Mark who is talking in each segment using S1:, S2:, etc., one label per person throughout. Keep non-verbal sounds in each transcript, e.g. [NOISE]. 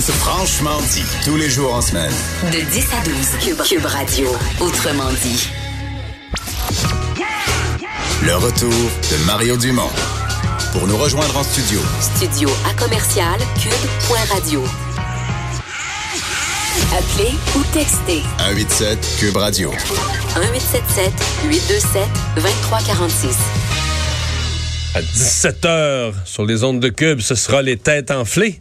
S1: Franchement dit, tous les jours en semaine.
S2: De 10 à 12, Cube, Cube Radio. Autrement dit.
S1: Le retour de Mario Dumont. Pour nous rejoindre en studio.
S2: Studio à commercial cube.radio. Appelez ou textez
S1: 187 Cube Radio.
S2: 1877 827 2346.
S3: À 17h sur les ondes de Cube, ce sera les têtes enflées.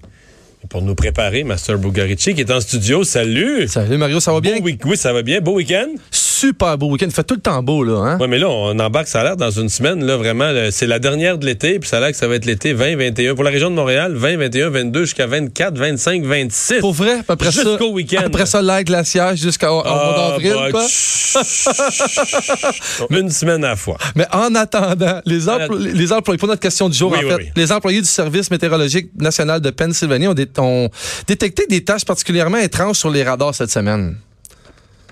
S3: Et Pour nous préparer, Master Bugarici qui est en studio. Salut!
S4: Salut Mario, ça va bien?
S3: Beau week- oui, ça va bien. Beau week-end?
S4: Super beau week-end. Fait tout le temps beau, là. Hein?
S3: Oui, mais là, on embarque, ça a l'air dans une semaine, là, vraiment. là, c'est la dernière de l'été, puis ça a l'air que ça va être l'été 20-21. Pour la région de Montréal, 20-21, 22 jusqu'à 24, 25, 26.
S4: Pour vrai, après ça.
S3: Jusqu'au week-end.
S4: Après ça, l'air glaciaire jusqu'au mois
S3: Ah,
S4: d'avril,
S3: bah,
S4: quoi.
S3: tch- Une semaine à la fois.
S4: Mais en attendant, les, empl-
S3: En att-
S4: les employés, pour notre question du jour,
S3: Oui,
S4: en
S3: oui,
S4: fait,
S3: oui.
S4: les employés du Service météorologique national de Pennsylvanie ont, dé- ont détecté des tâches particulièrement étranges sur les radars cette semaine.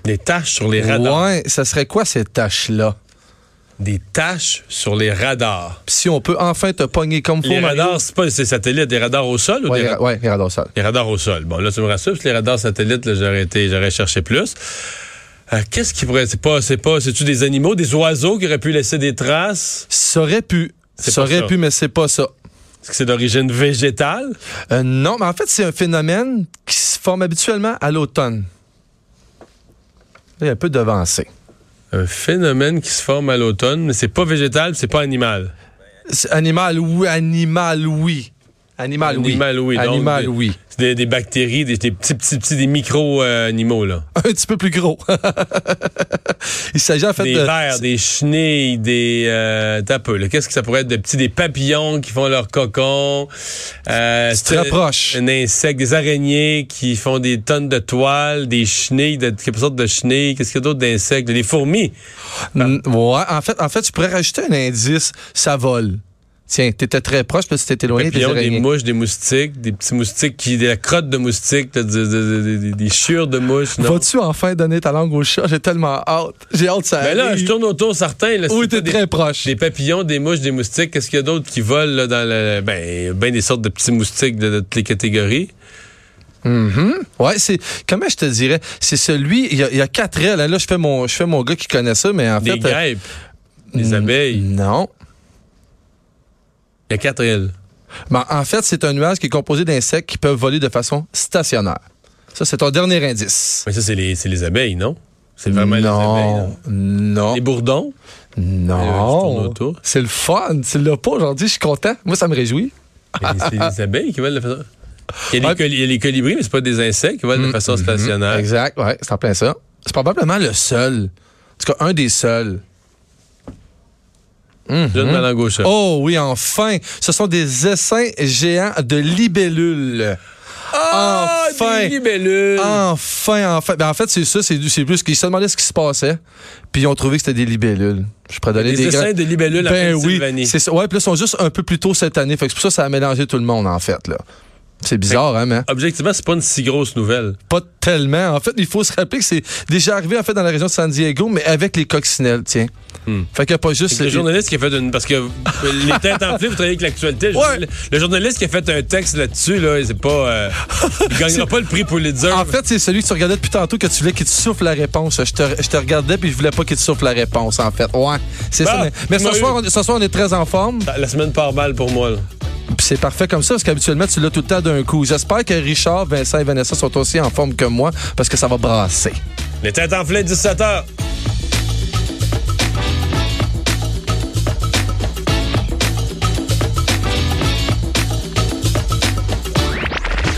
S3: Des taches sur les radars.
S4: Ouais, ça serait quoi ces tâches-là?
S3: Des taches sur les radars.
S4: Puis Si on peut enfin te pogner comme faut,
S3: les
S4: Mario.
S3: radars, c'est pas ces satellites, des radars au sol ou
S4: Ouais,
S3: des
S4: les,
S3: ra-
S4: ra- ouais, les radars sales.
S3: Les radars au sol. Bon, là, tu me rassures, parce que les radars satellites, là, j'aurais été, j'aurais cherché plus. Euh, qu'est-ce qui pourrait, c'est pas, c'est pas, c'est-tu des animaux, des oiseaux qui auraient pu laisser des traces?
S4: Ça aurait pu.
S3: C'est
S4: Ça
S3: pas
S4: aurait
S3: ça.
S4: pu, mais c'est pas ça.
S3: Est-ce que c'est d'origine végétale?
S4: Euh, non, mais en fait, c'est un phénomène qui se forme habituellement à l'automne. Là, Il est un peu devancé.
S3: Un phénomène qui se forme à l'automne, mais c'est pas végétal, c'est pas animal.
S4: C'est Animal, oui. Animal, oui. Animal, oui.
S3: Animal, oui. donc
S4: Animal,
S3: des-
S4: oui. [LAUGHS]
S3: C'est des, des bactéries, des, des petits, petits, petits, des micro-animaux, là.
S4: Un petit peu plus gros. [LAUGHS] Il s'agit en fait
S3: des
S4: de...
S3: vers, des chenilles, des. Euh, t'as un peu, là. Qu'est-ce que ça pourrait être de petits, des papillons qui font leur cocon. Euh,
S4: Tu te rapproches.
S3: Un insecte, des araignées qui font des tonnes de toiles, des chenilles, de quelque sorte de chenilles. Qu'est-ce qu'il y a d'autre d'insectes? Des fourmis.
S4: Mm, Ouais, en fait, en fait, tu pourrais rajouter un indice. Ça vole. Tiens, t'étais très proche, parce que t'étais éloigné des
S3: papillons, des
S4: araignées.
S3: mouches, des moustiques, des petits moustiques qui. des la crotte de moustiques, là, des, des- des- des- des chiures de mouches. Non.
S4: Vas-tu enfin donner ta langue au chat? J'ai tellement hâte. J'ai hâte que ça
S3: Mais Ben là,
S4: arrive.
S3: je tourne autour certains. Là,
S4: Oui,
S3: c'est
S4: t'es
S3: pas des-
S4: très proche.
S3: Des papillons, des mouches, des moustiques. Qu'est-ce qu'il y a d'autre qui volent là, dans le. Ben, ben des sortes de petits moustiques de, de toutes les catégories.
S4: Ouais, c'est comment je te dirais, c'est celui il y, a- il y a quatre ailes. hein. Là, je fais mon je fais mon gars qui connaît ça, mais en
S3: Des
S4: fait, euh, hmm.
S3: guêpes, des abeilles.
S4: non.
S3: Il y a quatre ailes.
S4: Ben, en fait, c'est un nuage qui est composé d'insectes qui peuvent voler de façon stationnaire. Ça, c'est ton dernier indice.
S3: Mais ça, c'est les, c'est les abeilles, non? C'est vraiment les abeilles.
S4: non,
S3: non?
S4: non,
S3: Les bourdons? Euh, je tourne
S4: non.
S3: autour.
S4: C'est le fun. Tu l'as pas aujourd'hui. Je suis content. Moi, ça me réjouit.
S3: Mais c'est les [LAUGHS] abeilles qui volent de façon. Il y, a
S4: Ouais. Mm-hmm.
S3: les coli- il y a les colibris, mais c'est pas des insectes qui volent de façon stationnaire.
S4: Exact. Ouais, c'est en plein ça. C'est probablement le seul. En tout cas, un des seuls.
S3: Je donne ma langue au chat.
S4: Oh oui, enfin! Ce sont des essaims géants de libellules.
S3: Ah,
S4: enfin! Ah.
S3: des libellules!
S4: Enfin, enfin. Ben, en fait, c'est ça, c'est du- c'est plus qu'ils se demandaient ce qui se passait, puis ils ont trouvé que c'était des libellules. Je pourrais donner
S3: Des
S4: des,
S3: essaims de libellules en
S4: ben,
S3: Pennsylvanie.
S4: oui, c'est ça. Ouais, puis là, ils sont juste un peu plus tôt cette année. Fait que c'est pour ça que ça a mélangé tout le monde, en fait, là. C'est bizarre, hein, mais
S3: Objectivement, c'est pas une si grosse nouvelle.
S4: pas tellement. En fait, il faut se rappeler que c'est déjà arrivé, en fait, dans la région de San Diego, mais avec les coccinelles, tiens. Fait qu'il n'y a pas juste...
S3: Hmm. Le journaliste qui a fait une. Parce que les têtes enflées, vous travaillez avec l'actualité. Le-
S4: Ouais.
S3: Le, journaliste qui a fait un texte là-dessus, là, c'est pas. euh, il
S4: [LAUGHS]
S3: gagnera pas le prix pour les dire.
S4: En fait, c'est celui que tu regardais depuis tantôt que tu voulais qu'il te souffle la réponse. Je te, je te regardais puis je voulais pas qu'il te souffle la réponse, en fait. Ouais, c'est
S3: Bah,
S4: ça. Mais, mais
S3: tu
S4: ce,
S3: m'as
S4: soir,
S3: eu.
S4: on, ce soir, on est très en forme.
S3: La semaine part mal pour moi. là.
S4: Puis c'est parfait comme ça parce qu'habituellement, tu l'as tout le temps d'un coup. J'espère que Richard, Vincent et Vanessa sont aussi en forme que moi parce que ça va brasser.
S3: Les têtes enflées, 17h.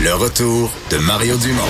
S1: Le retour de Mario Dumont.